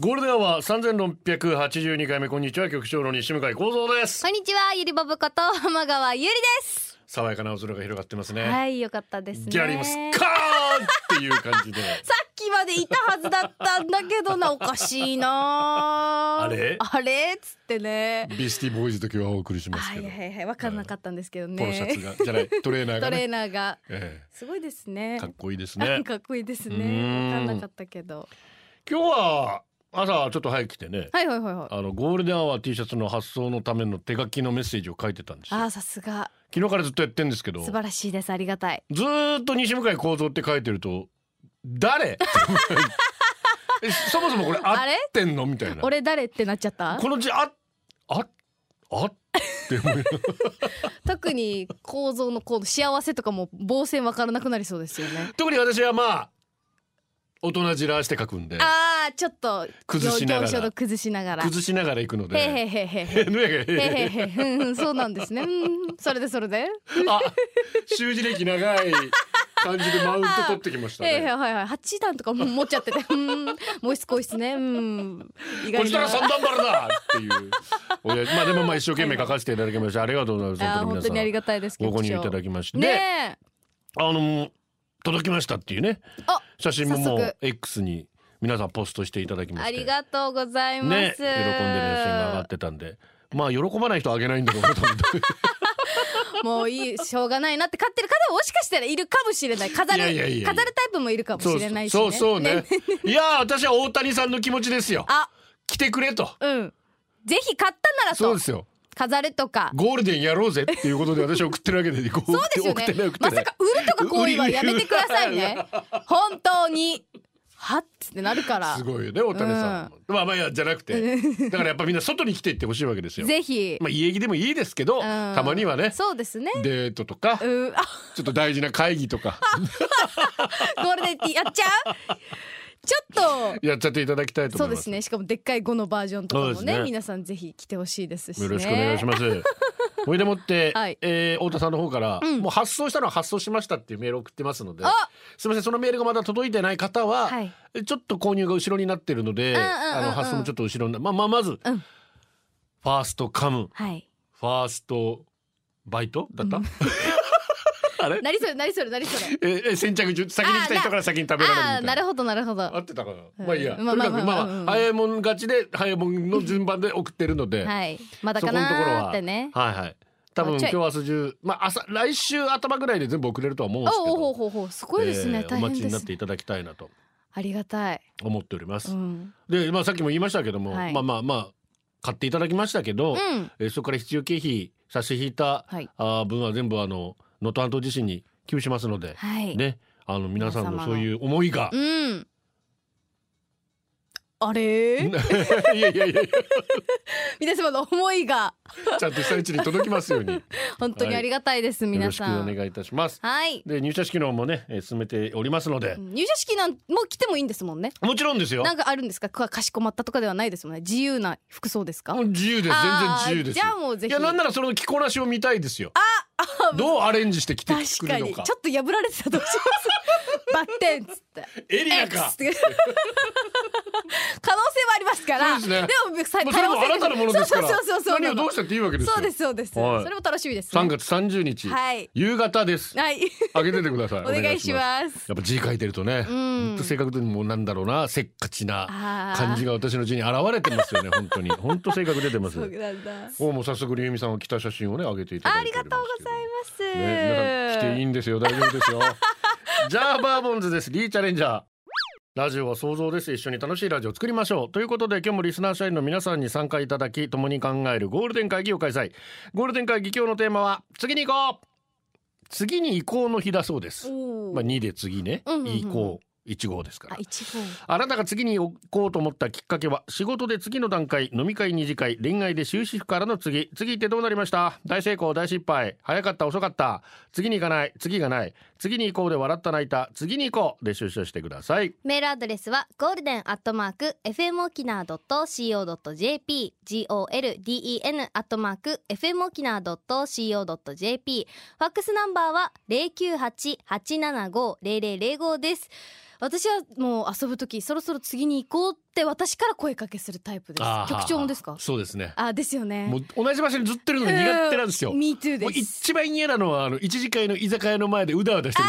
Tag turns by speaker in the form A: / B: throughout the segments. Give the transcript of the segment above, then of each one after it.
A: ゴールデンは三千六百八十二回目こんにちは局長の西向井光三です
B: こ。んにちは、ゆりぼぶこと浜川ゆりです。
A: 爽やかな青空が広がってますね。
B: はい、よかったですね。
A: ギャリもス
B: さ
A: カーンっていう感 じで。
B: っきまでいたはずだったんだけ どな、おかしいな。
A: あれ
B: あれっつってね。
A: ビースティーボーイズと今日はお送りします
B: は
A: け
B: い
A: ど。
B: はいはい、わかんなかったんですけどね。
A: ポロシャツがじゃないトレーナーが
B: トレー
A: ね。
B: ナーが
A: え
B: すごいですね
A: え。かっこいいです
B: なん
A: ね。
B: かかっこいいです
A: うーん
B: ね。わかんなかったけど。
A: 今日は朝ちょっと早く来てね。
B: はいはいはいはい。
A: あのゴールデンアワー T シャツの発送のための手書きのメッセージを書いてたんです
B: あ
A: よ
B: あ、さすが。
A: 昨日からずっとやってんですけど
B: 素晴らしいです。ありがたい。
A: ずーっと西向井光三って書いてると誰って えそもそもこれ合ってんのみたいな
B: 俺誰ってなっちゃった
A: この字あああって 思いながら
B: 特に構造のこう幸せとかも防線わからなくなりそうですよね。
A: 特に私はまあ大人じらして書くんで
B: ああちょっと
A: 崩しながら
B: 行行書の崩しながら。
A: 崩しながら行くの
B: へへ
A: で。
B: へへ
A: え
B: へ。
A: ぬやけ
B: へへへうんうんそうなんですね。うんそれでそれで。
A: あ習字歴長い感じでマウント取ってきました
B: へへ
A: ね。
B: はいはい八段とかも持っちゃってて、うんもう一つこいっすね。うん意
A: こちら
B: な
A: が三段バラだっていう親父。まあでもまあ一生懸命書かせていただきましてありがとうございます。
B: あー本当にあり
A: 皆
B: がたいです
A: さ
B: け
A: ん
B: ど。
A: ご購入いただきまして。で
B: ね
A: あの届きましたっていうね
B: え。あ
A: 写真も
B: 早
A: も
B: 速
A: う X に皆さんポストしていただきまして
B: ありがとうございます。
A: ね喜んでる写真が上がってたんでまあ喜ばない人あげないんだろうなと思って
B: もういいしょうがないなって買ってる方ももしかしたらいるかもしれない。飾る
A: いやいやいやいや
B: 飾るタイプもいるかもしれないしね。
A: そうそうそうね。 いやー私は大谷さんの気持ちですよ
B: あ
A: 来てくれと
B: うん。ぜひ買ったなら
A: そう
B: と
A: ですよ
B: 飾るとか。
A: ゴールデンやろうぜっていうことで私は送ってるわけでそう
B: そうですよ
A: 送ってない送。
B: ね
A: って
B: ま
A: な
B: さ
A: い
B: か売るとか行為はやめてくださいね。 本当に。はっつってなるから
A: す。ごいよね大谷さん、まあまあいやじゃなくてだからやっぱみんな外に来ていってほしいわけですよ
B: ぜひ。
A: まあ家着でもいいですけど、
B: うん
A: たまにはね
B: そうですね。
A: デートとか、
B: う
A: ち
B: ん、あ、
A: ょっと大事な会議と か
B: ゴールデンティーやっちゃう。ちょっ
A: やっちゃっていただきたいと
B: と。そ
A: 思いま
B: うですすね。しかもでっかい5のバージョンとか
A: そ
B: も
A: うです
B: ね、
A: ね
B: 皆さんぜひ来てほしいですしね。
A: よろしくお願いし ます。これでもって、
B: はい
A: えー太田さんの方から、
B: ん
A: もう発送したのは発送しましたっていうメールを送ってますので
B: あ、
A: すみません、そのメールがまだ届いてない方は、
B: はい
A: ちょっと購入が後ろになってるので、
B: うんうん
A: あの発送もちょっと後ろにな、まあまあまず、
B: うん
A: ファーストカム、
B: はい。
A: ファーストバイトだった？あれ？
B: なりそれ、なりそれ、なりそれ。
A: えーえー先着順先に来た人から先に食べられるみたい
B: あ
A: な。
B: あ、なるほど、なるほど。
A: 合
B: は
A: ってたかな、まあいいや、と
B: う
A: に
B: ん
A: かく
B: まあまあま
A: ま
B: あ
A: あ、
B: うん
A: 早いもん勝ちで早いもんの順番で送ってるので、
B: い。まだ
A: そ
B: か
A: このところ
B: なー
A: は
B: ってね。
A: はいはい多
B: も
A: 分
B: うちょ
A: 今
B: い
A: 日明日中まあ朝来週頭ぐらいで全部送れるとは思うんですけ
B: おおほう
A: ど
B: ほうほう、すごいですね。
A: えーお
B: 大
A: 待
B: 変
A: ちに
B: で
A: なっ
B: す
A: て。いただきたいなと
B: ありがたい。
A: 思っておりま
B: う
A: す、
B: ん。
A: でまあさっきも言いましたけども、
B: はい
A: まあまあまあ買っていただきましたけど、
B: うん。
A: えーそこから必要経費差し引いた、
B: はい
A: あー分は全部あの能登半島地震に寄付しますので、
B: はい。
A: ねあの皆さん
B: 皆
A: の
B: 様の
A: そういう思いが、
B: うん。あれ
A: いやいやいや
B: 皆様の思いが
A: ちゃんと被災地に届きますようによ
B: 本当にありがたいです、
A: ろ
B: 皆
A: しく
B: さ
A: お
B: ん
A: 願いいたします
B: はい
A: で入社式の方もね、えー進めておりますので、
B: 入社式なんもう来てもいいんですもんね
A: もちろんですよ
B: なんかあるんですかかかしこまったとかではないですもんね自由な服装ですか
A: もう自由です全然
B: あー
A: 自由です
B: じゃあもうぜひ
A: いやなんならその着こなしを見たいですよ どうアレンジして着てく
B: 確か
A: るの
B: に
A: か
B: ちょっと破られてたとします バッテンっつって
A: エリア
B: X
A: か
B: って 可能性もありますから
A: そうですね
B: もさ
A: もうそれもあなたのものですから
B: そうそうそうそう
A: 何をどうしたっていいわけですよ
B: そうですそうです、
A: はい
B: それも楽しみです、ね、
A: 3月30日、
B: はい
A: 夕方です
B: はい
A: あげててください
B: お願いします
A: やっぱ字書いてるとね、
B: ん
A: ほんと正確にもうなんだろうなせっかちな
B: あー
A: 感じが私の字に現れてますよね本当に本当性格出てます
B: そうなんだ
A: おもう早速りゆみさんは着た写真をね上げていただ
B: あ
A: い
B: り
A: てお
B: が
A: り
B: と
A: ます
B: うございます、
A: ね、皆さん来ていいんです よ大丈夫ですよジャーバーボンズですリーチャレンジャーラジオは想像です一緒に楽しいラジオを作りましょうということで今日もリスナー社員の皆さんに参加いただき共に考えるゴールデン会議を開催ゴールデン会議今日のテーマは次に行こう次に移行の日だそうです
B: おー
A: まあ2で次ね、
B: うんうんうん
A: 移行1号ですから
B: あ、一号。
A: あなたが次に置こうと思ったきっかけは仕事で次の段階飲み会二次会恋愛で終止符からの次次ってどうなりました大成功大失敗早かった遅かった次に行かない次がない次に行こうで笑った泣いた次に行こうで出社してください
C: メールアドレスはゴールデンアットマーク fmokina.co.jp golden アットマーク fmokina.co.jp ファックスナンバーは098-875-0005です
B: 私はもう遊ぶとき、そろそろ次に行こうって私から声かけするタイプです。局長もですか。
A: そうですね
B: あ、ですよね。
A: もう同じ場所にずっといるのが苦手なんですよ、
B: Me too
A: もう
B: です。
A: 一番嫌なのはあの一次会の居酒屋の前でうだうだしてる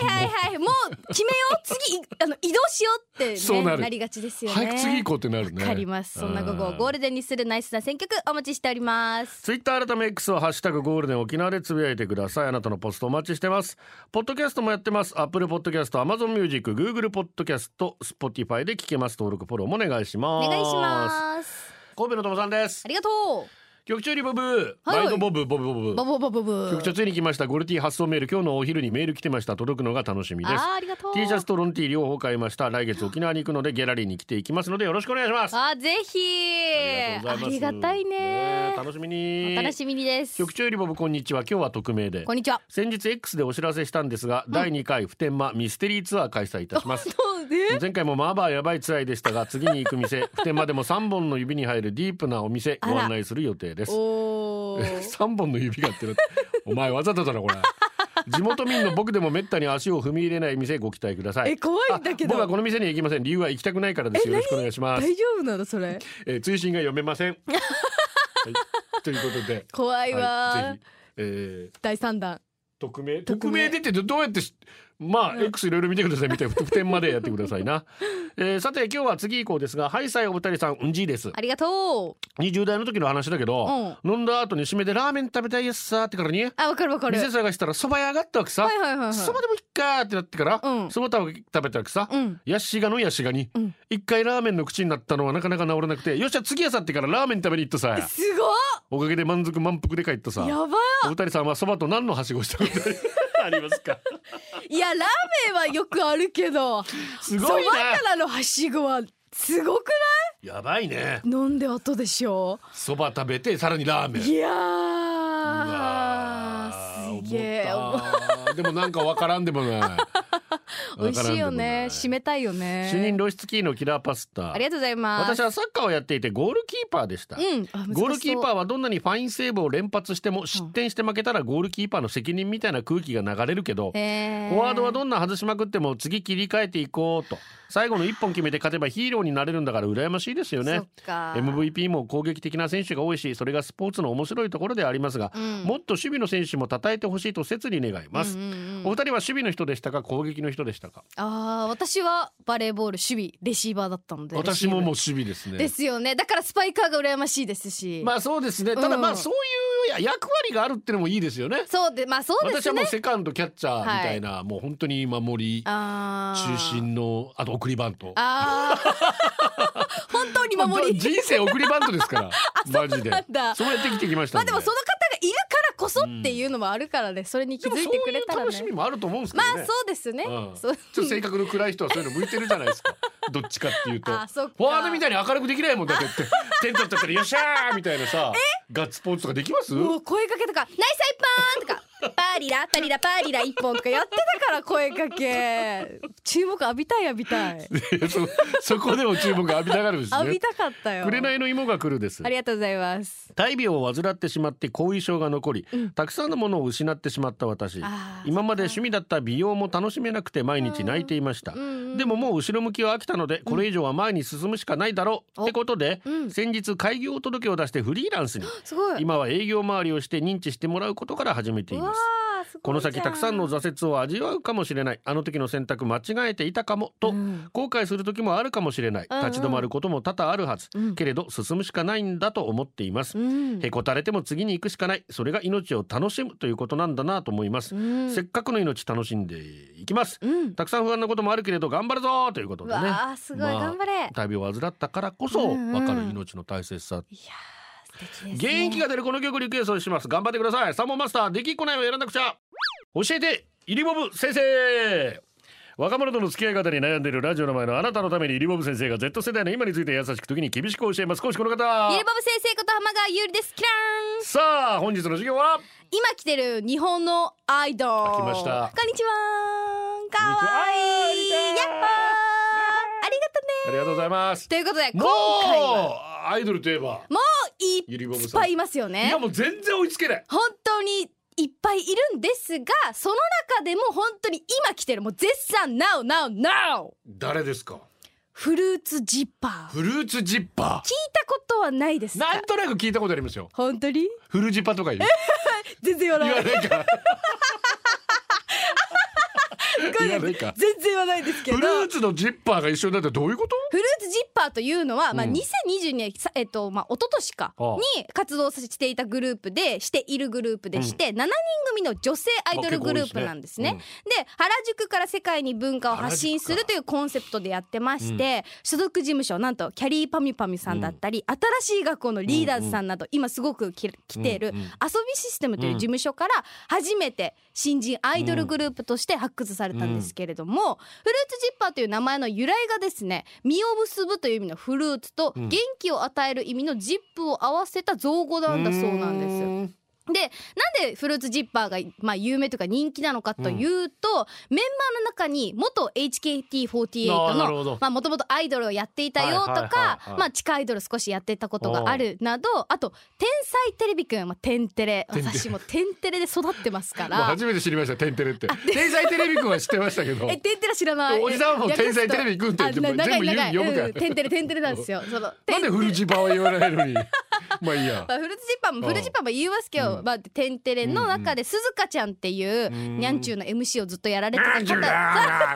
A: 時間
B: はいはいはい、もう決めよう、次、い あの移動しようって、ね、
A: そうなる
B: りがちですよね。
A: 早く次行こうってなるね
B: わかります。そんな午後をゴールデンにするナイスな選曲お待ちしております。
A: ツイッター改め X をハッシュタグゴールデン沖縄でつぶやいてください。あなたのポストお待ちしてます。ポッドキャストもやってます。Apple Podcast、Amazon Music、Google Podcast、Spotify で聞けます。登録フォローもお願いし
C: お
A: ます。
C: 願いします
A: す。神戸の友さんです
B: あ。りがと
A: 局長にボブ、
B: はい
A: 毎度ボブ、ボブボ
B: う。ボ
A: ブ。
B: ボボボボ。
A: 局長ついに来ました。ゴルティ発送メール。今日のお昼にメール来てました。届くのが楽しみです。
B: あー、ありがとう。
A: T シャツとロンティー両方買いました。来月沖縄に行くのでギャラリーに来ていきますのでよろしくお願いします。
B: あ、ぜひ。
A: ありがとうございます
B: ありがたいね
A: え。楽しみに。
B: お楽しみにです。
A: 局長よりボブこんにちは。今日は匿名で
B: こ。んにちは。
A: 先日 X でお知らせしたんですが、第2回普天間ミステリーツアー開催いたします前回もまあまあやばいツアーでしたが次に行く店 普天間でも3本の指に入るディープなお店ご案内する予定です
B: お ー
A: 3本の指がってるお前わざとだなこれ地元民の僕でもめったに足を踏み入れない店ご期待ください
B: え、怖いんだけど。
A: 僕はこの店には行きません理由は行きたくないからですよろしくお願いします、
B: 大丈夫なの、それ。
A: えー追伸が読めま せん、はいということで、
B: 怖い
A: は
B: わ
A: い、ぜ。ひ、えー
B: 第三弾。
A: 匿名
B: 匿
A: 匿
B: 名
A: 名でってどうやってしまあ、X いろいろ見てくださいみたいな不点までやってください な、えーさて今日は次以降ですがハイサイお二人さんうんじいです
B: ありがとう。
A: 20代の時の話だけど、飲んだ後に締めでラーメン食べたいやつさってからに
B: あ、わかるわかる。
A: 店探したらそば屋があったわけさ
B: はいはいはいはい。
A: そば、でもいっかーってなってから
B: うん
A: そば、蕎麦食べたわけさ、
B: うん。
A: ヤシガのヤシガに、
B: うん
A: 一回ラーメンの口になったのはなかなか治らなくてよっしゃ次あさってからラーメン食べに行ったさ
B: すご
A: おかげで満足満腹で帰った
B: い。や
A: さ
B: ば
A: お二人さんはそばと何のはしごしたことありますか
B: い。いや、ラーメンはよくあるけど。
A: す
B: そ
A: ご
B: ば
A: い
B: か
A: ね
B: らのはしごは。すごく
A: やばいね
B: ない。飲んで後でしょ
A: そば食べてさらにラーメン
B: いや
A: うわ
B: ー。すげえ。
A: 思ったでもなんかわからんでもない
B: 美味しいよね。締
A: め
B: めたいよね。
A: 主任露出キーのキラーパスタ
B: ありがとうございます。
A: 私はサッカーをやっていてゴールキーパーでした、
B: うん。あ難しそう
A: ゴールキーパーはどんなにファインセーブを連発しても失点して負けたらゴールキーパーの責任みたいな空気が流れるけど、
B: へー
A: フォワードはどんな外しまくっても次切り替えていこうと最後の1本決めて勝てばヒーローになれるんだから羨ましいですよね
B: そっか
A: MVP も攻撃的な選手が多いしそれがスポーツの面白いところではありますが、
B: ん
A: もっと守備の選手も称えてほしいと切に願います、
B: うんうんうん
A: お二人は守備の人でしたか攻撃の人でしたか
B: ああ私はバレーボール守備レシーバーだったので
A: 私ももう
B: う
A: 守備ですね
B: ですよねだからスパイカーが羨ましいですし、
A: まあそうですねただ
B: うん
A: まあそういう役割があるってのもいいですよね
B: そうでまあそうで
A: 私
B: す
A: はもう
B: ね
A: セカンドキャッチャーみたいな、もう本当に守り
B: あー
A: 中心のあと送りバント
B: あー 本当に守り
A: 人生送りバントですから マジで
B: なんだ
A: そうやって生きてきました
B: まあ
A: んで
B: でもその方がいるからこそっていうのもあるからねそれに気
A: でも
B: づいてくれたら
A: そういう楽
B: ね
A: しみもあると思うんですけ
B: ま
A: どね、
B: あそうですね、
A: うんち
B: そ
A: ょ
B: う
A: っと性格の暗い人はそういうの向いてるじゃないです かどっちかっていうとフ
B: あそっか
A: ォワードみたいに明るくできないもんだってって点取っちゃったら「よっしゃー!」みたいなさガッツポーズとかできます
B: もう声かけとか「ナイスアイパーン!」とか「パーリラパリラパーリラ一本」とかやってたから声かけ注目浴びたい浴びたい
A: そ そこでも注目浴びたがるんです
B: 浴
A: ね
B: びたかったよ
A: 紅の芋が来るです
B: ありがとうございます
A: 大病を患ってしまって後遺症が残り、たくさんのものを失ってしまった私
B: あー
A: 今まで趣味だった美容も楽しめなくて毎日泣いていました、でももう後ろ向きは飽きたのでこれ以上は前に進むしかないだろう、
B: お
A: ってことで、
B: うん
A: 先日開業届を出してフリーランスに
B: すご い
A: 今は営業回りをして認知してもらうことから始めています
B: あーすごい
A: この先たくさんの挫折を味わうかもしれないあの時の選択間違えていたかもと、後悔する時もあるかもしれない
B: うんうん
A: 立ち止まることも多々あるはず、けれど進むしかないんだと思っています、
B: うん
A: へこたれても次に行くしかないそれが命を楽しむということなんだなと思います、
B: うん
A: せっかくの命楽しんでいきます、
B: うん
A: たくさん不安なこともあるけれど頑張るぞということ
B: う
A: でね
B: わあすごい、
A: まあ
B: 頑張れいや
A: 大病を患ったからこそ
B: うんうん
A: 分かる命の大切さ、
B: ー素敵です、ね、
A: 元気が出るこの曲リクエストします頑張ってくださいサモンマスターできっこないをやらなくちゃ教えてイリボブ先生若者との付き合い方に悩んでいるラジオの前のあなたのためにリボブ先生が Z 世代の今について優しく時に厳しく教えます講師この方
B: イエボブ先生こと浜川優里ですキラーン
A: さあ本日の授業は
B: 今来てる日本のアイドル
A: あ来ました
B: こんにちはかわいい
A: こんにちは
B: やっほーありがとね
A: ありがとうございます
B: ということで今
A: もう
B: 回は
A: アイドルといえば
B: もうい
A: ゆりぼぶ
B: っ
A: さ
B: ぱ
A: ん
B: いいますよ
A: い
B: ね
A: やもう全然追いつけない
B: 本当にいっぱいいるんですがその中でも本当に今来てるもう絶賛 NOW NOW NOW
A: 誰ですか
B: フルーツジッパー聞い
A: フルーツジッパ
B: たことはないです
A: ー
B: か
A: なんとなく聞いたことありますよ
B: 本当に
A: フルジッパとか言う
B: 全然言わ
A: 言
B: な
A: わ
B: い
A: ない か言わないか
B: 全然言わないですけど
A: フルーツのジッパーが一緒になってどういうこと
B: フルーツジッパーというのは、まあ、
A: うん
B: 2022年、さえっとまあ、一昨年か
A: ああ
B: に活動していたグループでしているグループでして、7人組の女性アイドルグループなんですね。
A: あ
B: で
A: 結
B: 原宿から世界に文化を発信するというコンセプトでやってまして、所属事務所なんとキャリーパミュパミュさんだったり、新しい学校のリーダーズさんなど、今すごくき来ている、
A: うんうん
B: 遊びシステムという事務所から初めて新人アイドルグループとして発掘されたんですけれども、フルーツジッパーという名前の由来がですね実を結ぶという意味のフルーツと
A: うん
B: 元気を与える意味のジップを合わせた造語なんだそうなんですよ。
A: す
B: でなんでフルーツジッパーが、まあ、有名というか人気なのかというと、メンバーの中に元 HKT48
A: あーなるほ
B: の
A: ど
B: まあもともとアイドルをやっていたよとか、
A: はいはいはいはい
B: まあ、地下アイドル少しやってたことがあるなどあと「天才テレビくん」まあ「天テレ」
A: 天テレ
B: 私も「天テレ」で育ってますか
A: もう
B: ら。
A: 初めて知りました天てれって天才テレビくんは知ってましたけど
B: え、天てら知らない。
A: おじさんも
B: え
A: 天才テレビくんって言って
B: あな
A: 全部言う読むから
B: うん天てれ、天てれなんで すよ。その、
A: なんでフルジッパーは言わないのにまあいい や
B: まあフルーツジッパーも
A: うん
B: フルジッパーも言いますけど、
A: うん
B: まあ、テンテレの中で鈴鹿ちゃんっていう
A: うん
B: にゃんちゅうの MC をずっとやられてた
A: なん
B: 方
A: ち
B: そ
A: ゅう
B: の
A: な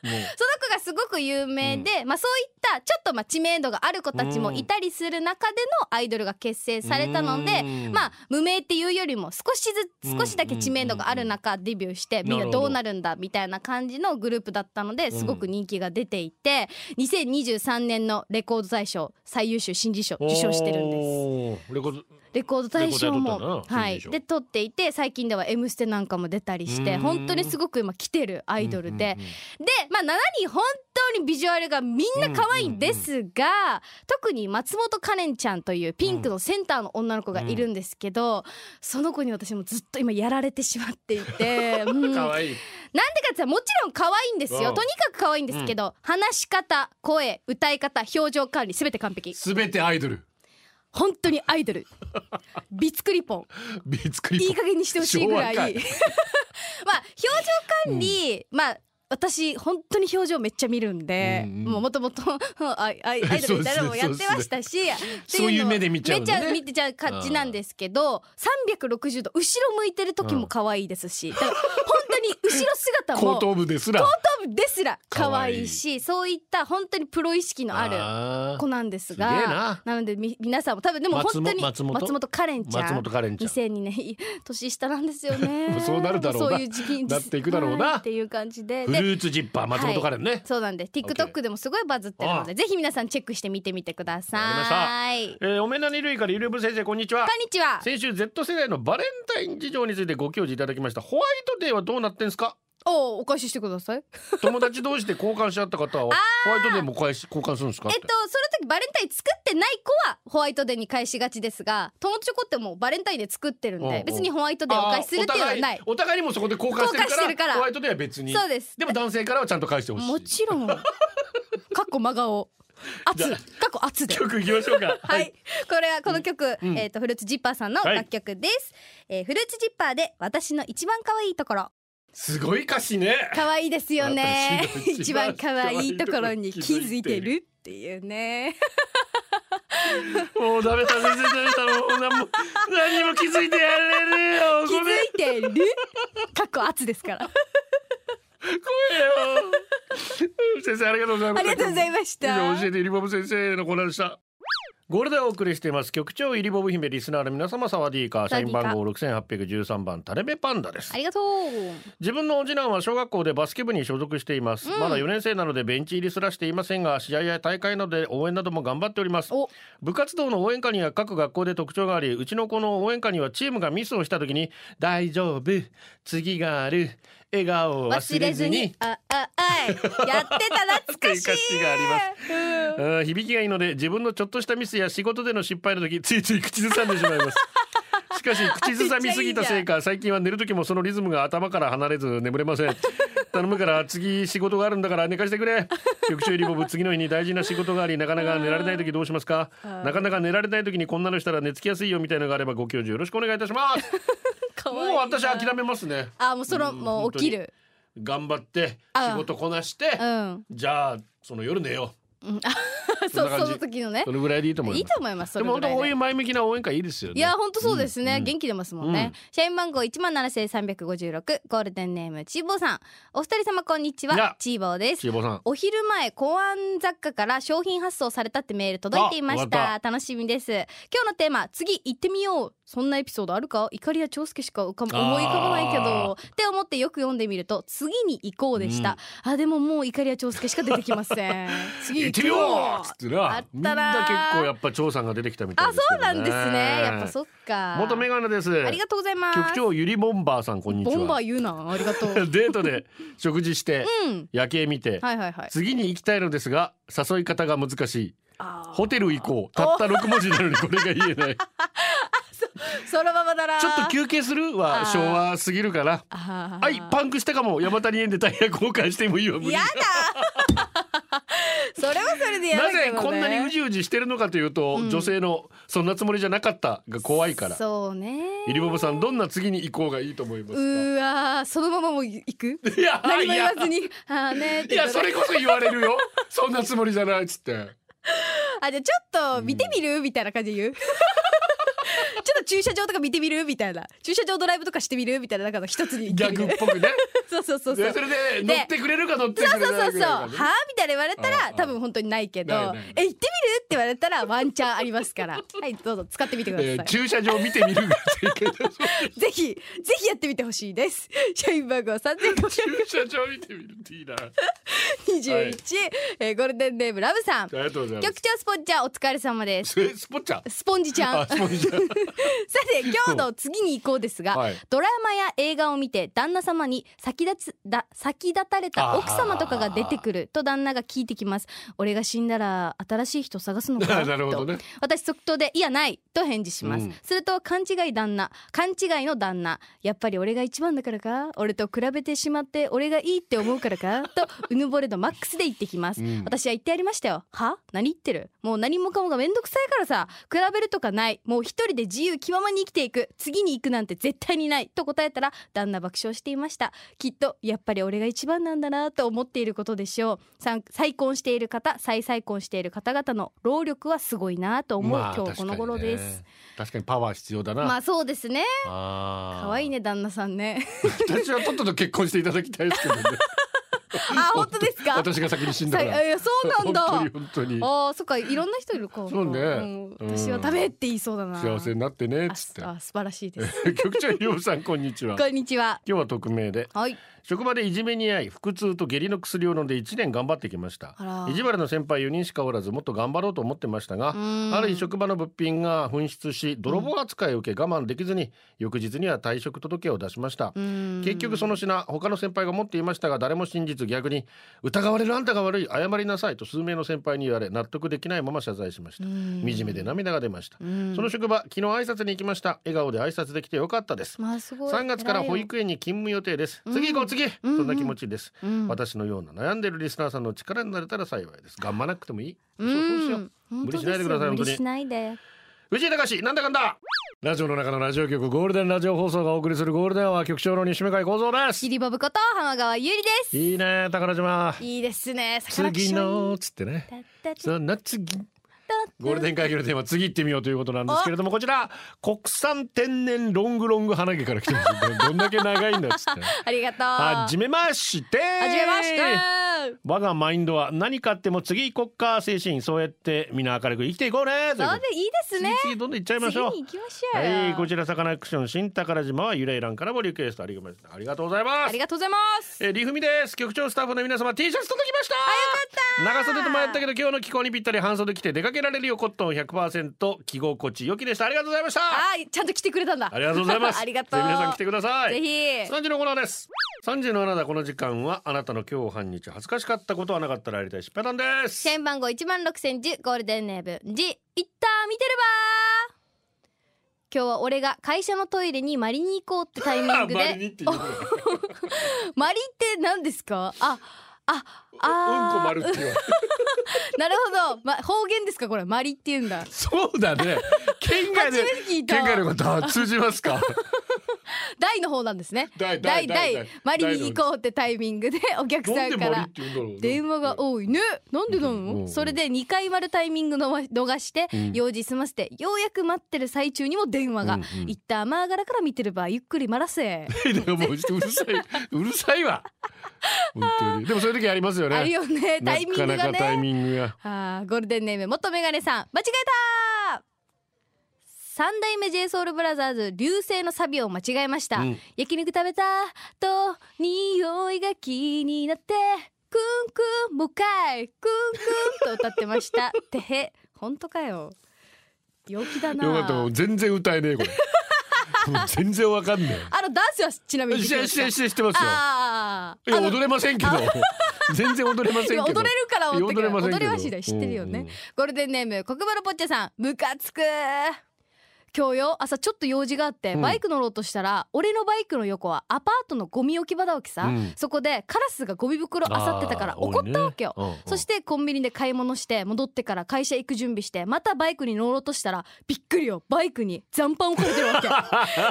A: もう
B: 子がすごく有名で、まあ、そういったちょっとまあ知名度がある子たちもいたりする中でのアイドルが結成されたので、
A: うん
B: まあ無名っていうよりも少しず
A: う
B: つ
A: ん
B: 少しだけ知名度がある中デビューし
A: な
B: て
A: る
B: み
A: ほ
B: ん
A: ど
B: などうなるんだみたいな感じのグループだったの
A: ん
B: ですごく人気が出ていて2023年のレコード大賞最優秀新人賞受賞してるんです。
A: おーレコード
B: レコード大賞
A: レコード大賞取っ
B: も
A: たな
B: は
A: 新
B: い
A: 人賞
B: で撮っていて最近では「M ステ」なんかも出たりして
A: うん
B: 本当にすごく今来てるアイドル
A: う
B: で
A: んうんうん
B: でまあ7人本当にビジュアルがみんな可愛いんですが特に松本カレンちゃんというピンクのセンターの女の子がいるんですけどその子に私もずっと今やられてしまってい てうん
A: 可愛い
B: なんでかって言ったらもちろん可愛いんです
A: う
B: よ
A: ん
B: とにかく可愛いんですけど話し方声歌い方表情管理全て完璧
A: すべてアイドル
B: 本当にアイ ドルビツクリポン
A: ビーツクリ
B: い
A: ッ
B: い加減にしてほしいぐらい
A: 昭
B: まあ
A: 和かい
B: 表情管理、まあ私本当に表情めっちゃ見るんで、
A: うんうん
B: もうもと もと アイアイアイドルみたいなのもやってましたしって
A: そういう
B: の
A: 目で見ちゃうのね
B: めっちゃ見てちゃう感じなんですけど360度後ろ向いてる時も可愛いですし、だから本当に後ろ 姿
A: プ
B: も
A: 後頭部ですら
B: 頭部ですら可愛いしそういった本当にプロ意識のある
A: あ
B: 子なんです
A: すげえ
B: が
A: な
B: なのでみ皆さんも多分でも本当に
A: 松
B: 松
A: 本
B: 本
A: 松本
B: カレン
A: ー
B: ちゃん
A: 松本カレンちゃん
B: 2002年いい年下なんですよ ね
A: そうなるだろうな
B: そういう時期に
A: なっていくだろうな
B: はいっていう感じで
A: フ
B: で
A: ルーツジッパー松本カレンね、
B: そうなんで TikTok でもすごいバズってるの
A: ああ
B: でぜひ皆さんチェックして見てみてくだ
A: わ
B: さいこ
A: えー、おめなにるいからゆるぶ先生こんにちは
B: んにちは
A: 先週 Z 世代のバレンタイン事情についてご教示いただきましたホワイトデーはどうなってんすか
B: おうお返ししてください
A: 友達同士で交換し合った 方はホワイトデーも返し交換するんですかって
B: えっとその時バレンタイン作ってない子はホワイトデーに返しがちですが友チョコってもうバレンタインで作ってるん
A: おうおう
B: で別にホワイトデーお返しするっていうのはない
A: あーお互いお互いにもそこで交換してるから
B: 交換してるから
A: ホワイトデーは別に
B: そうです
A: でも男性からはちゃんと返してほしい
B: も ちろんかっこ真顔
A: じゃあ
B: 圧かっこ圧で
A: 曲いきましょうか
B: はい、これはこの曲、
A: うん
B: えっ、とフルーツジッパーさんの
A: はい
B: 楽曲です、えーフルーツジッパーで私の一番可愛いところ
A: すごい歌詞ね
B: 可愛いですよね
A: 私の一
B: 一
A: 番
B: 番可愛いところに気づいてるっていうね
A: もうダメだ先生ダメだもう何も何も気づいてやれるよ
B: 気
A: ごめん
B: づいてるかっこ圧ですから
A: 声よ先生ありがとうございま
B: あ
A: した
B: りがとうございました
A: 以上教えてゆりぼぶ先生のコーナーでしたゴールでお送りしています局長イリボブ姫リスナーの皆様サワディーカー社
B: サワデ
A: 員
B: ィーカ
A: 番号6813番タレベパンダです
B: ありがとう
A: 自分のお次男は小学校でバスケ部に所属しています、
B: うん
A: まだ4年生なのでベンチ入りすらしていませんが試合や大会などで応援なども頑張っております
B: お
A: 部活動の応援歌には各学校で特徴がありうちの子の応援歌にはチームがミスをした時に「大丈夫次がある笑顔を忘れずに」
B: あああいやってた懐かしい
A: 懐かしいがありますうん響きがいいので自分のちょっとしたミスや仕事での失敗の時ついつい口ずさんでしまいますしかし口ずさみすぎたせいか最近は寝る時もそのリズムが頭から離れず眠れません頼むから次仕事があるんだから寝かしてくれ局長リボブ次の日に大事な仕事がありなかなか寝られない時どうしますかなかなか寝られない時にこんなのしたら寝つきやすいよみたいのがあればご教授よろしくお願いいたします
B: か
A: も
B: わいういな
A: 私諦めますね
B: あもうその
A: うん
B: もう起きる
A: 頑張って
B: あ
A: 仕事こなして
B: うんうん
A: じゃあその夜寝よそ
B: あそ
A: んな感
B: う
A: じ
B: その時のね
A: うそれぐらいでいいと思います
B: いいと思いますそ
A: で
B: れ
A: も
B: ぐ
A: 本
B: ら
A: 当こう
B: い
A: いう
B: で
A: 前向きな応援会いいですよね。
B: いや本当そうですね、
A: うん
B: 元気出ますもんね、社員番号一万七千三百五十六ゴールデンネームチーボーさんお二人様こんにち
A: いや
B: はチーボーです
A: ちえぼさん。
B: お昼前公安雑貨から商品発送されたってメール届いていまし
A: あ終わ
B: た楽しみです今日のテーマ次行ってみようそんなエピソードあるか怒りや長介しか浮かん
A: あー
B: 思い浮かばないけどって思ってよく読んでみると次に行こうでした、あでももう怒りや長介しか出てきません次
A: 行ってみようっつって
B: あ
A: な
B: っ。たな
A: みんな結構やっぱ張さんが出てきたみたい
B: あ
A: です
B: そう
A: けどね
B: なんですねやっぱそっか
A: 元メガネです。
B: ありがとうございます
A: 局長ゆりボンバーさんこんにちは。
B: ボンバー言うなあり がとう
A: デートで食事して
B: うん
A: 夜景見て。
B: はいはいはい
A: 次に行きたいのですが誘い方が難しい
B: あー
A: ホテル行こうたった6文字なのにこれが言えないち
B: そのままだな
A: ょっと休憩するは
B: あー
A: 昭和すぎるから
B: あー
A: はいパンクしたかも山谷園でタイヤ交換してもいいわ無理
B: やだそれはそれでやだ
A: な
B: けど、
A: ぜ
B: ね、
A: こんなにうじうじしてるのかというと、
B: うん
A: 女性の「そんなつもりじゃなかった」が怖いから
B: そうね
A: ゆりぼぼさんどんな次に行こうがいいと思いま
B: う
A: す
B: ーわーそのままもう行く
A: かいや
B: 何
A: い
B: も言
A: や
B: わずに「あーね」って
A: い
B: 言っ
A: や
B: た
A: それこそ言われるよそんなつもりじゃないっつって
B: あじゃあちょっと見てみる、みたいな感じで言う ちょっと駐車場とか見てみるみたいな駐車場ドライブとかしてみるみたいななんかの一つに言って
A: 逆
B: み
A: っ
B: る
A: ぽくね
B: そうそうそう
A: で
B: そう
A: それで乗
B: で
A: ってくれるか乗って
B: そ
A: く
B: う
A: れ
B: そう
A: ない
B: そ
A: う
B: そ
A: ぐ
B: う
A: らい
B: はあ
A: の
B: み
A: ね
B: たいな言われた
A: あーあ
B: ら
A: ー
B: 多分本当にないけど
A: ない
B: え行
A: ない
B: ってみるって言われたらワンチャンありま すからはいどうぞ使ってみてください、
A: えー駐車場見てみるが正解だ
B: ぜひぜひやってみてほしいです。社員番号三千五百
A: 駐車場見てみるっていいなあ
B: 二十一、えーゴールデンネームラブさん。
A: りがとうございま
B: 局長スポンジちゃんお疲れ様です。
A: すえスポッチャ
B: スポンジちゃん。
A: あ
B: さ
A: スポッチャ
B: て今日の次に行こうですが、
A: はい
B: ドラマや映画を見て旦那様に先立つだ先立たれた奥様とかが出てくると旦那が聞いてきます。俺が死んだら新しい人探すのかな
A: なるほどね
B: 私即答で「いやない」と返事します、
A: うん
B: すると勘違い旦那勘違いの旦那やっぱり俺が一番だからか俺と比べてしまって俺がいいって思うからかとうぬぼれのマックスで言ってきます、
A: うん
B: 私は言ってやりましたよは何言ってるもう何もかもがめんどくさいからさ比べるとかないもう一人で自由気ままに生きていく次に行くなんて絶対にないと答えたら旦那爆笑していましたきっとやっぱり俺が一番なんだなと思っていることでしょうさん再婚している方再再婚している方々の労力はすごいなと思う、
A: まあ
B: 今日この頃
A: 確かに
B: です
A: ね確かにパワー必要だな
B: まあそうですね
A: あー
B: 可愛いね旦那さんね
A: 私はとっとと結婚していただきたいですけどね
B: あ本当ですか
A: 私が先に死んだ
B: さ
A: か
B: い
A: ら
B: えそうな
A: 本当
B: ん
A: に
B: だ
A: 本当に
B: あーそっかいろんな人いるか
A: そうね
B: ん私は
A: うん
B: ダメって言いそうだな
A: 幸せになってねっ
B: あ
A: つ
B: すあ素晴らしいです
A: って 局長りょうさんこんにちは
B: こ
A: 今
B: んにちは
A: 日は匿名で
B: はい
A: 職場でいじめに遭い腹痛と下痢の薬を飲んで1年頑張ってきました
B: あら
A: 意地悪の先輩4人しかおらずもっと頑張ろうと思ってましたが
B: うん
A: ある日職場の物品が紛失し泥棒扱いを受け我慢できずに翌日には退職届を出しました
B: うん
A: 結局その品他の先輩が持っていましたが誰も真実逆に疑われるあんたが悪い謝りなさいと数名の先輩に言われ納得できないまま謝罪しました惨めで涙が出ました
B: うん
A: その職場昨日挨拶に行きました笑顔で挨拶できてよかったです
B: まあすごい
A: 3月から保育園に勤務予定です次行こう次そ
B: うん
A: んな気持ちです
B: 偉いようん
A: 私のような悩んでるリスナーさんの力になれたら幸いです頑張らなくてもいいそううそうしようん無理しないでください本
B: 本当
A: 当に
B: ですよ無理しないで
A: 藤井隆なんだかんだラジオの中のラジオ局ゴールデンラジオ放送がお送りするゴールデンは局長の西向井光三です
B: シリボブこと浜川ゆりです
A: いいね宝島
B: いいですね。
A: 次のっつってね
B: だだだ
A: その次
B: ど
A: ゴールデン会議のテーマ次行ってみようということなんですけれどもこちら国産天然ロングロング鼻毛から来てますどん だけ長いんだっつって
B: ありがとう。
A: は
B: は
A: じめまして
B: じめまして。
A: 我がマインドは何かあっても次行こっか精神そうやってみんな明るく生きていこうねとい
B: そう
A: こと
B: でいいですね。
A: 次々どんどん行っちゃいまし
B: 次
A: ょう
B: に行きましょうよ。
A: はいこちらサカナクション新宝島はゆらゆらんからもリクエストありがとうございますありがとうございま
B: あ
A: す
B: りがとうございます。
A: えー、りふみです局長スタッフの皆様 T シャツ届きました長袖と迷ったけど今日の気候にぴったり半袖着て出かけられるよコットン100%着心地良きでしたありがとうございました
B: はい、ちゃんと来てくれたんだ。
A: ありがとうございます
B: ありがとう
A: ぜひ皆さん来てください
B: ぜひ。
A: 3時のコーナーです3時のあなたこの時間はあなたの今日半日恥ずかしかったことはなかったらやりたい失敗談です
C: 社員番号1万6010ゴールデンネーブンジいった見てるばー今日は俺が会社のトイレにマリに行こうってタイミン グ
A: あまりに
C: で
A: っていうこと だ
B: マリって何ですかあ、あ、
A: うんこ
B: あ
A: 丸って いうわ
B: ー、なるほど。ま、方言ですかこれ。マリって言 うんだ。
A: そうだね県外で
B: 初めて聞いた
A: 県外の方は通じますか
B: 大の方なんですね。
A: 大 大
B: 大
A: 大
B: 大マリに行こうってタイミングでお客さ
A: なんで
B: んか
A: 丸っ
B: ら
A: て言うんだろうな
B: 電話が多いねなんでな
A: うん
B: のそれで2回まるタイミングのわ逃して
A: うん
B: 用事済ませてようやく待ってる最中にも電話
A: う
B: が
A: んうん
B: 「いったマーガラから見てればゆっくり待らせ
A: いやもううる さいうるさいわ本当にでもそういう時ありますよ」ね
B: あるよねタイミング
A: なか
B: が
A: なかタイ
B: ね
A: ミングが
B: あーゴールデンネーム元メガネさん間違えた三代目 JSOULBROTHERS 流星のサビを間違えました、
A: うん
B: 焼肉食べたと匂いが気になってクンクンもうかいクンクンと歌ってました てへ本当かよ陽気だな
A: よかったもう全然歌えねえこ れもう全然わかんね
B: あのダンスはちなみ
A: え
B: にで
A: し
B: きま
A: て
B: し
A: したてしてしてますよ
B: あー
A: いや
B: あの
A: 踊れませんけど 全然踊れませ
B: い
A: ん
B: や
A: け
B: 踊
A: ど
B: れるから
A: いや踊れませんけど
B: 踊りはしだよ知ってるよね、
A: うんうん
B: ゴールデンネーム国バのポッチャさんムカつく今日よ朝ちょっと用事があって
A: うん
B: バイク乗ろうとしたら、俺のバイクの横はアパートのゴミ置き場だわけさ、
A: うん
B: そこでカラスがゴミ袋漁ってたから
A: あー
B: 怒ったわけよ、
A: 多いねうんうん
B: そしてコンビニで買い物して戻ってから会社行く準備してまたバイクに乗ろうとしたらびっくりよバイクに残飯をかけてる わけ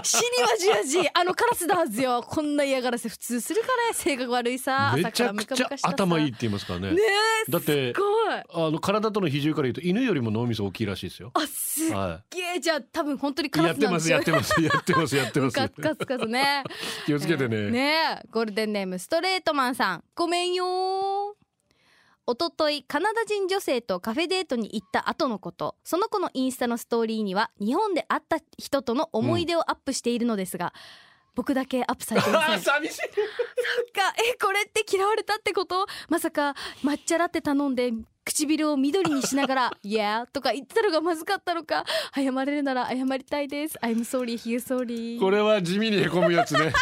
B: 死にはじわじあのカラスだはずよこんな嫌がらせ普通するからね性格悪いさ
A: めちゃくちゃ頭いいって言いますからね
B: ねえ
A: だって
B: すごい
A: あの体との比重から言うと犬よりも脳みそ大きいらしいですよ
B: あすっ
A: は
B: げえじゃあ多分本当に
A: い
B: カ
A: や
B: ラ
A: っ
B: ス
A: て
B: なん
A: ま
B: ですす
A: や
B: よ
A: ってますやってますやってます
B: カツカツカツね
A: 気をつけてね
B: ねえゴールデンネームストレートマンさんごめんよーおとといカナダ人女性とカフェデートに行った後のことその子のインスタのストーリーには日本で会った人との思い出をアップしているのですが、僕だけアップされていません
A: あ寂しい
B: かえこれって嫌われたってことまさか抹茶ラテ頼んで唇を緑にしながら「Yeah」とか言ってたのがまずかったのか謝れるなら謝りたいです「I'm sorry, he sorry」
A: これは地味にへこむやつ ね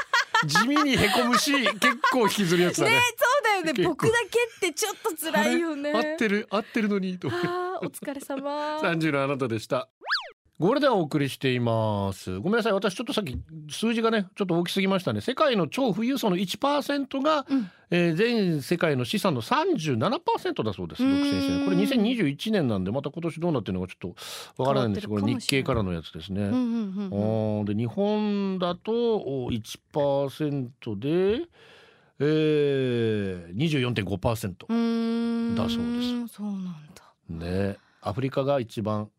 A: 地味にへこむし結構引きずるやつだ
B: ね
A: ね
B: そうだよね
A: 結構
B: 僕だけってちょっと辛いよね
A: あれ合ってる合ってるのにと
B: あーお疲れ 様
A: 三十のあなたでしたゴールデンをお送りしていますごめんなさい私ちょっとさっき数字がねちょっと大きすぎましたね世界の超富裕層の1%が、
B: うん
A: えー全世界の資産の37%だそうです
B: うーん
A: 独占してるこれ2021年なんでまた今年どうなってるのかちょっとわからないんですけどこ
B: 変
A: れ
B: わって
A: 日
B: る
A: 経
B: か
A: から
B: も
A: のやつですね、
B: うんうんうんうん
A: あーで日本だとお1%で、えー、24.5%
B: うーん
A: だそう
B: ですそうなんだ
A: ねアフリカが一番、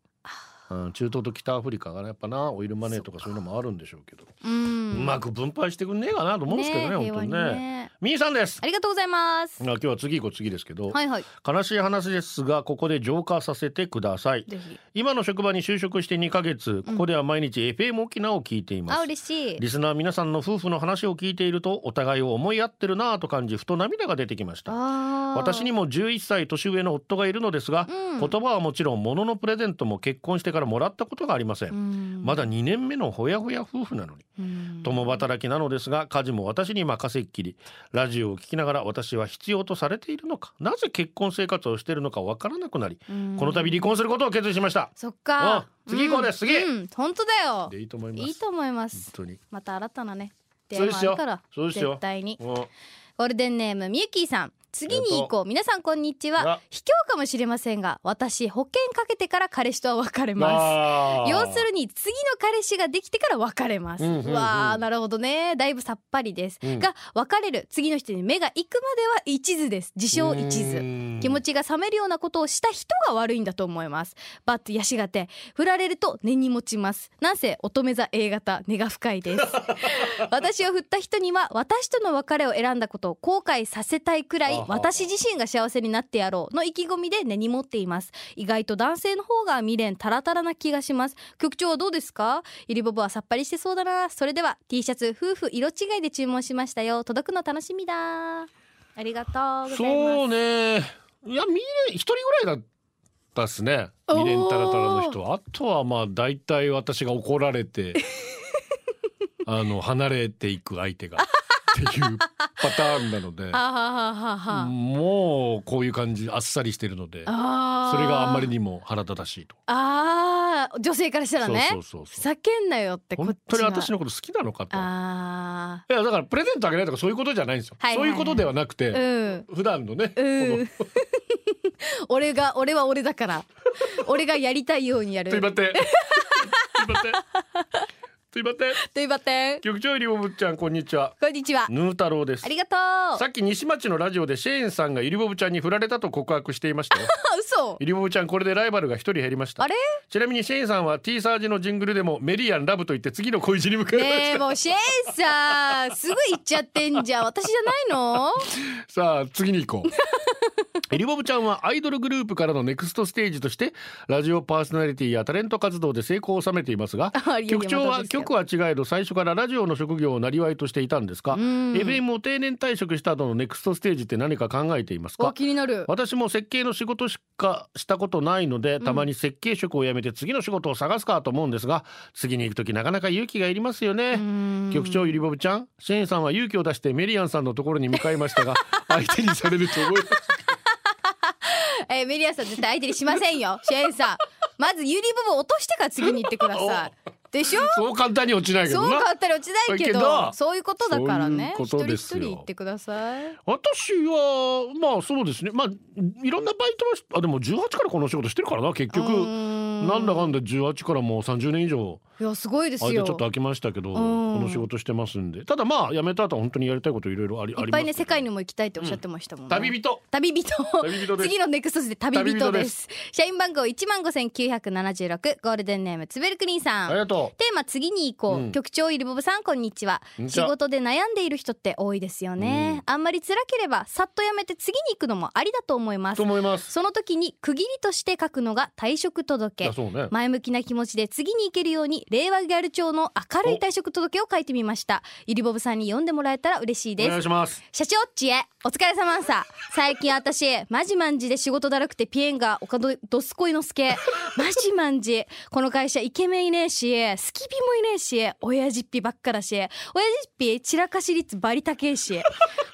A: うん、中東と北アフリカがねやっぱなオイルマネーとかそういうのもあるんでしょうけど、
B: う
A: うんまく分配してくんねえかなと思うんですけどね
B: ねえ
A: 本当に
B: 平和に
A: ね
B: ね
A: みーさんです
B: ありがとうございます
A: あ今日は次行こう次ですけど、
B: はいはい
A: 悲しい話ですがここで浄化させてください
B: ぜひ
A: 今の職場に就職して2ヶ月ここでは毎日 FM 沖縄を聞いています、
C: あ嬉しい
A: リスナー皆さんの夫婦の話を聞いているとお互いを思い合ってるなぁと感じふと涙が出てきました
C: あー
A: 私にも11歳年上の夫がいるのですが、
C: うん
A: 言葉はもちろん物のプレゼントも結婚してからもらったことがありません、
B: うん
A: まだ2年目のほやほや夫婦なのに
B: うん
A: 共働きなのですが家事も私に任せっきりラジオを聞きながら私は必要とされているのかなぜ結婚生活をしているのかわからなくなり
B: うん
A: この度離婚することを決意しました
B: そっか
A: うん次行こうです
B: ん
A: 次
B: うん本当だよ
A: でいいと思います
B: いいと思います
A: 本当に
B: また新たなね出
A: そうで
B: 会いもあ
A: すよ
B: るから
A: そうですよ
B: 絶対に
A: うん
B: ゴールデンネームみゆきーさん次に行こう皆さんこんにちは
A: あ
B: 卑怯かもしれませんが私保険かけてから彼氏とは別れます
A: まあ
B: 要するに次の彼氏ができてから別れます、
A: う
B: うん
A: うんうん
B: わあなるほどねだいぶさっぱりです、
A: うん
B: が別れる次の人に目が行くまでは一途です自称一途
A: うん
B: 気持ちが冷めるようなことをした人が悪いんだと思いますバッとやしがて振られると根に持ちますなんせ乙女座 A 型根が深い です私を振った人には私との別れを選んだことを後悔させたいくら
A: あはいは
B: 私自身が幸せになってやろうの意気込みで根に持っています意外と男性の方が未練タラタラな気がします局長はどうですかゆりぼぼはさっぱりしてそうだなそれでは T シャツ夫婦色違いで注文しましたよ届くの楽しみだありがとうございます
A: そうねいや未練一人ぐらいだったっすね
B: おー
A: 未練タラタラの人はあとはまあ大体私が怒られ てあの離れていく相手がっていうパターンなので
B: あはははは
A: もうこういう感じあっさりしてるので
B: あー
A: それがあんまりにも腹立たしいと。
B: あー女性からしたらね
A: そうそうそうそう
B: ふざけんなよってこっ
A: 本
B: ち
A: 当に
B: は
A: 私のこと好きなのかと。
B: あ
A: いやだからプレゼントあげないとかそういうことじゃないんですよ。
B: はいはい
A: そういうことではなくて、
B: ーうん
A: 普段のね、
B: うん
A: こ
B: 俺が俺は俺だから俺がやりたいようにや
A: の
B: る
A: といばって、といばって、といばって、
B: といばってん
A: 局長よりおぶっちゃんこんにちは。
B: こんにちは
A: ヌー太郎です
B: あ。りがとうあ
A: さっき西町のラジオでシェーンさんがイリボブちゃんに振られたと告白していま したよ。
B: 嘘
A: イリボブちゃんこれでライバルが一人減りました。
B: あれ
A: ちなみにシェーンさんは T サージのジングルでもメリアンラブと言って次の恋路に向かいました。
B: ねえもうシェンさんすぐ行っちゃってんじゃん私じゃないの
A: さあ次に 行こうリボブちゃんはアイドルグループからのネクストステージとしてラジオパーソナリティやタレント活動で成功を収めていますが
B: あいやいや
A: 局長
B: また
A: は
B: ですよ
A: 局は違えど最初からラジオの職業を生りとしていたんですか FM を定年退職した後のネクストステージって何か考えています
B: お
A: か
B: 気になる
A: 私も設計の仕事しかしたことないのでたまに設計職を辞めて次の仕事を探すかと思うんですが次に行く時なかなか勇気がいりますよね局長ゆりぼぶちゃんシェーンさんは勇気を出してメリアンさんのところに向かいま したが相手にされると思います
B: えーメリアさん絶対相手にしませ んよシェンさんまずユリボブ落としてから次に行ってくださいでしょ
A: そう簡単に落ちないけど
B: そう
A: な
B: 変わったり落ちないけ
A: だ
B: ど
A: けど
B: そういうことだからね
A: そういうことですよ
B: 一人一人言ってください
A: 私はまあそうですねまあいろんなバイトはしあでも18からこの仕事してるからな結局なんだかんだ18からもう30年以上
B: いやすごいです
A: 間ちょ
B: よ
A: っと空きましたけどこ
B: ん
A: の仕事してますんでただまあ辞めた後は本当にやりたいこといろいろありあ
B: いっ
A: り
B: ぱ
A: ます
B: いね世界に
A: も
B: も行きたいっておっしゃってましたもんね、
A: 旅人
B: 旅人
A: 旅人です
B: 次のネクストスで旅人
A: 旅人
B: で
A: です
B: 社員番号1万5976ゴールデンネームつべるくりんさ
A: あ
B: ん
A: りがと
B: テーマ次に行こう、
A: うん
B: 局長イルボブさんこんにちは
A: こんにち
B: 仕
A: は
B: 事で悩んでいる人って多いですよね、あんまり辛ければさっとやめて次に行くのもありだと思いま
A: う
B: す
A: と思います
B: その時に区切りとして書くのが退職届
A: あそうね
B: 前向きな気持ちで次に行けるように令和ギャル調の明るい退職届を書いてみましたゆりぼぶさんに読んでもらえたら嬉しい
A: お
B: で
A: 願い
B: す
A: します
B: 社長っちへお疲れ様んさ最近私マジマンジで仕事だるくてピエンがおかどどすこいのすけマジマンジこの会社イケメンいねえしスキビもいねえし親父っぴばっかだし親父っぴ散らかし率バリ高えし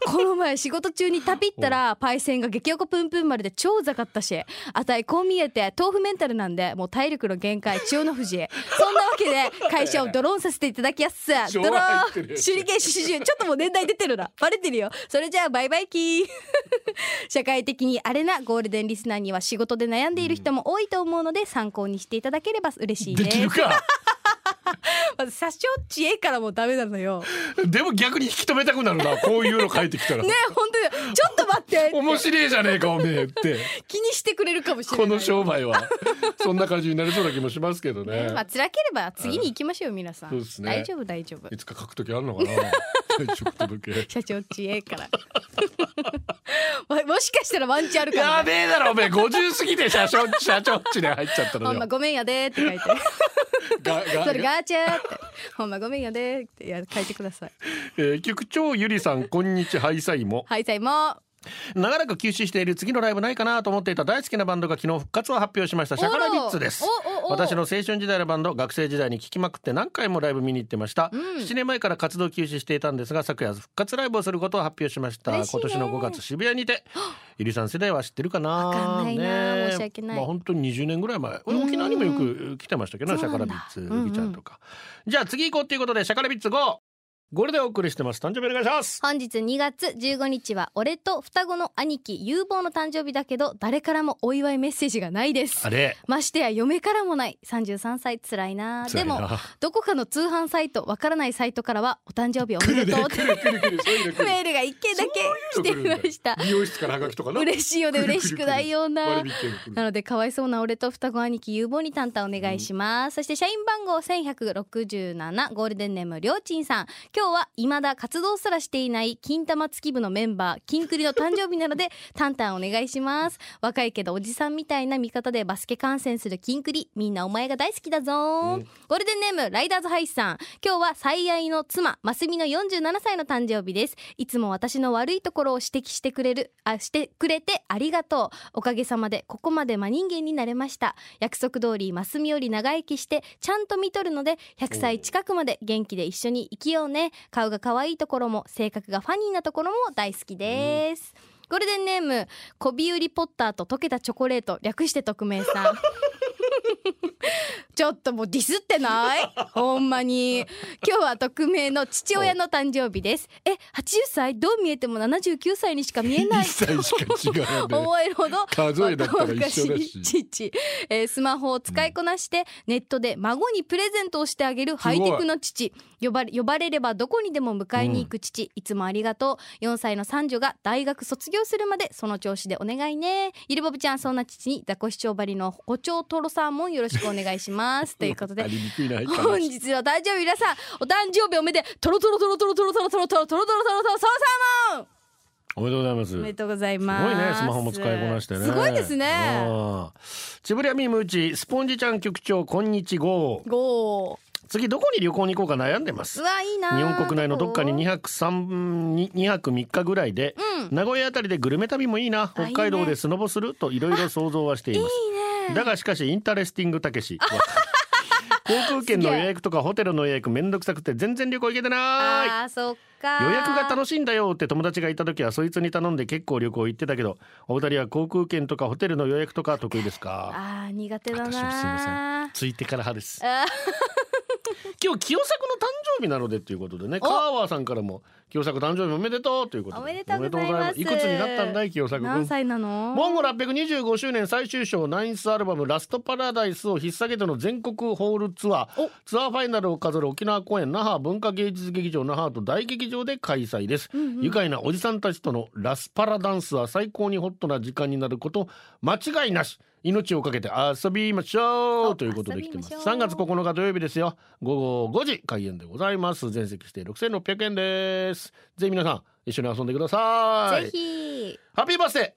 B: この前仕事中にタピったらパイセンが激横プンプン丸で超うざかったしあたいこう見えて豆腐メンタルなんでもう体力の限界千代の富士そんなわけで会社をドローンさせていただきやっす
A: 昭
B: ド
A: 和
B: ロ
A: 入ってる
B: ーン手裏剣四十ちょっともう年代出てるな バレてるよそれじゃあバイバイキー 社会的にあれなゴールデンリスナーには仕事で悩んでいる人も多いと思うので参考にしていただければ嬉しい
A: で
B: で
A: きる
B: す
A: か
B: まず社長知恵からもうダメなのよ
A: でも逆に引き止めたくなるなこういうの書いてきたら、
B: ねえ本当にちょっと 待って
A: 面白いじゃねえかおめえ って
B: 気にしてくれるかもしれな
A: こ
B: い
A: の商売はそんな感じになりそうな気もしますけど ね。
B: まあ辛ければ次に行きましょう皆さん、
A: そうですね
B: 大丈夫大丈夫
A: いつか書くときあるのかな。退職届。
B: 社長知恵からももしかしたらワンチャンあるか
A: や
B: ら、
A: べえだろおめえ50過ぎて社 長社長っちで入っちゃった
B: ほ
A: の
B: ん
A: よ
B: ま。ごめんやでーって書いて
A: がが
B: それガーチャーってほんまごめんやでーってや書いてください
A: えー局長ゆりさんこんにちはハイサイも
B: はいさいも
A: 長らく休止している次のライブないかなと思っていた大好きなバンドが昨日復活を発表しましたシャカラリッツです
B: おらおおお
A: 私の青春時代のバンド学生時代に聴きまくって何回もライブ見に行ってました、7年前から活動休止していたんですが昨夜復活ライブをすることを発表しました今
B: 嬉しいね
A: 年の5月渋谷に てゆりさん世代は知ってるかなわ
B: かんないな申し訳ない
A: まあ本当に20年ぐらい前沖縄にもよく来てましたけどねシャカラビッツ
B: んだ
A: ゆりちゃんとか、じゃあ次行こうっていうことでシャカラビッツ GO! これでお送りしてます誕生日お願いします
B: 本日2月15日は俺と双子の兄貴有望の誕生日だけど誰からもお祝いメッセージがないです
A: あれ
B: ましてや嫁からもない33歳つらいな
A: 辛いな
B: でもどこかの通販サイトわからないサイトからはお誕生日おめでとうって
A: くるくるそういうの 来る
B: メールが一件だけ来ていました
A: 美容室からハガキとかな
B: 嬉しいよね
A: 来る来る
B: 嬉しくないような
A: 割引券が来る
B: なのでかわいそうな俺と双子兄貴有望にタンタンお願いします、そして社員番号1167ゴールデンネームりょうちんさん今日は未だ活動すらしていない金玉月部のメンバー金栗の誕生日なのでタンタンお願いします若いけどおじさんみたいな見方でバスケ観戦する金栗みんなお前が大好きだぞー、ゴールデンネームライダーズハイスさん今日は最愛の妻マスミの47歳の誕生日ですいつも私の悪いところを指摘してくれるあしてくれてありがとうおかげさまでここまで真人間になれました約束通りマスミより長生きしてちゃんと見とるので100歳近くまで元気で一緒に生きようね顔が可愛いところも性格がファニーなところも大好きです、ゴールデンネームコビウリポッターと溶けたチョコレート略して匿名さん ちょっともうディスってない ほんまに今日は匿名の父親の誕生日ですえ80歳どう見えても79歳にしか見えな い
A: 一切しか違うね
B: 思えるほど
A: 数えだったら一緒だし
B: 若々い父、えースマホを使いこなして、ネットで孫にプレゼントをしてあげるハイテクの父呼ばれ呼ばれればどこにでも迎えに行く父、いつもありがとう4歳の三女が大学卒業するまでその調子でお願いねゆるぼぶちゃんそんな父にザコシチョウバリの胡蝶トロサーモンよろしくお願いしますということ
A: あ
B: で
A: りにくいな入ったな
B: 本日の誕生日皆さんお誕生日おめでとろとろとろとろとろとろとろとろとろとろとろとろサーモン
A: おめでとうございます
B: おめでとうござい
A: す
B: ます
A: ごいねスマホも使いこなしてね
B: すごいですね
A: うんちぶりやみむうちスポンジちゃん局長こんにちは
B: ゴ
A: 次どこに旅行に行こうか悩んでま
B: ー
A: す
B: うわいいな
A: 日本国内のどっかに2泊3 2泊3日ぐらいで、名古屋あたりでグルメ旅もいいな
B: あい
A: 北
B: いね
A: 海道でスノボするといろいろ想像はしていますだがしかしインタレスティングたけし 航空券の予約とかホテルの予約めんどくさくて全然旅行行けてない
B: あーそっか
A: 予約が楽
B: し
A: しいんだよって友達がいた時はそいつに頼んで結構旅行行ってたけどお二人は航空券とかホテルの予約とか得意ですか
B: あー苦手だな
A: 私はすいませんついてから派です
B: あ
A: 今日清作の誕生日なのでということでね川川さんからも清作誕生日おめでとうということで
B: おめでとうございます
A: おめでとうございくつになったんだい清
B: ー
A: 作君
B: 何歳なの
A: モンゴル825周年最終章ナインスアルバム「ラストパラダイス」を引っ提げての全国ホールツアーツアーファイナルを飾る沖縄公演那覇文化芸術劇場那覇と大劇場で開催です、愉快なおじさんたちとのラスパラダンスは最高にホットな時間になること間違いなし命をかけて遊びましょ
B: お
A: うということで来てます
B: 遊びましょう
A: 3月9日土曜日ですよ午後5時開演でございます全席指定6600円ですぜひ皆さん一緒に遊んでください
B: ぜひ
A: ハッピーバースデ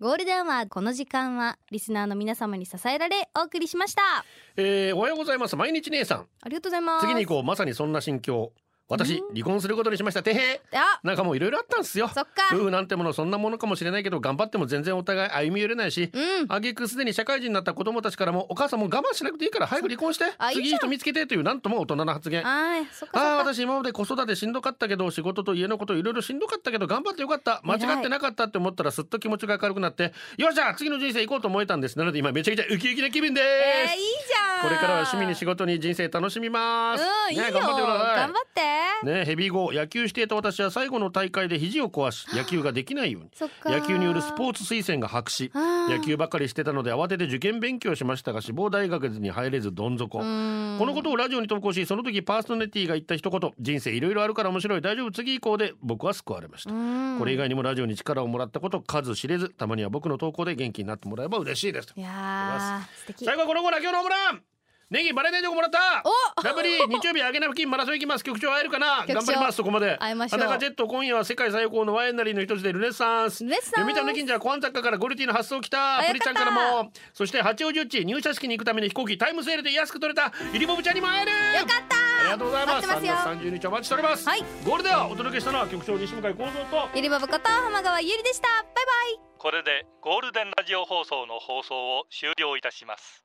A: ー
B: ゴールデンはこの時間はリスナーの皆様に支えられお送りしました
A: えーおはようございます毎日姉さん
B: ありがとうございます
A: 次にこうまさにそんな心境私離婚することにしましたてへ
B: あ
A: なんかもういろいろあったんすよ
B: そっか
A: 夫婦なんてものそんなものかもしれないけど頑張っても全然お互い歩み寄れないし
B: うん
A: 挙句すでに社会人になった子供たちからもお母さんもう我慢しなくていいから早く離婚して
B: あいいじゃん
A: 次いい人見つけてというなんとも大人な発言
B: あーそっかそっ
A: ああ
B: か
A: 私今まで子育てしんどかったけど仕事と家のこといろいろしんどかったけど頑張ってよかった間違ってなかったって思ったらすっと気持ちが明るくなってよっしゃ次の人生行こうと思えたんですなので今めちゃくちゃウキウキな気分です、
B: えー、いいじゃ
A: こ
B: ん
A: れからは趣味に仕事に人生楽しみます。
B: うんいいよ、
A: ね、頑張ってください。
B: 頑張って
A: ね、ヘビー号野球していた私は最後の大会で肘を壊し野球ができないように
B: そっか
A: 野球によるスポーツ推薦が白紙
B: あー
A: 野球ばかりしてたので慌てて受験勉強しましたが志望大学に入れずどん底このことをラジオに投稿しその時パーソナリティが言った一言「人生いろいろあるから面白い大丈夫次以降で僕は救われました」これ以外にもラジオに力をもらったこと数知れずたまには僕の投稿で元気になってもらえば嬉しいです
B: いやー素敵
A: 最後はこのコーナー今日のホームランネギバレネージョコもらった
B: お
A: ダブリー日曜日あげな付近マラソン行きます局長会えるかな
B: 局長
A: 頑張りますそこまで
B: 会いましょう
A: 田中ジェット今夜は世界最高のワイナリーの一つでルネサンス
B: ルネサンス
A: 読谷の近所はコアン雑貨からゴルティの発送来た
B: あ
A: プリちゃん
B: よ
A: か
B: かった
A: らもそして八王子ッチ入社式に行くための飛行機タイムセールで安く取れたイリボブちゃんにも会える
B: よかった
A: ありがとうございます
B: 待ってますよ
A: 3月30日お待ちしております、
B: はい
A: ゴールではお届けしたのは局長西向井光三と
B: ゆりばぶこと浜川ゆりでしたバイバイ
D: これでゴールデンラジオ放送の放送を終了いたします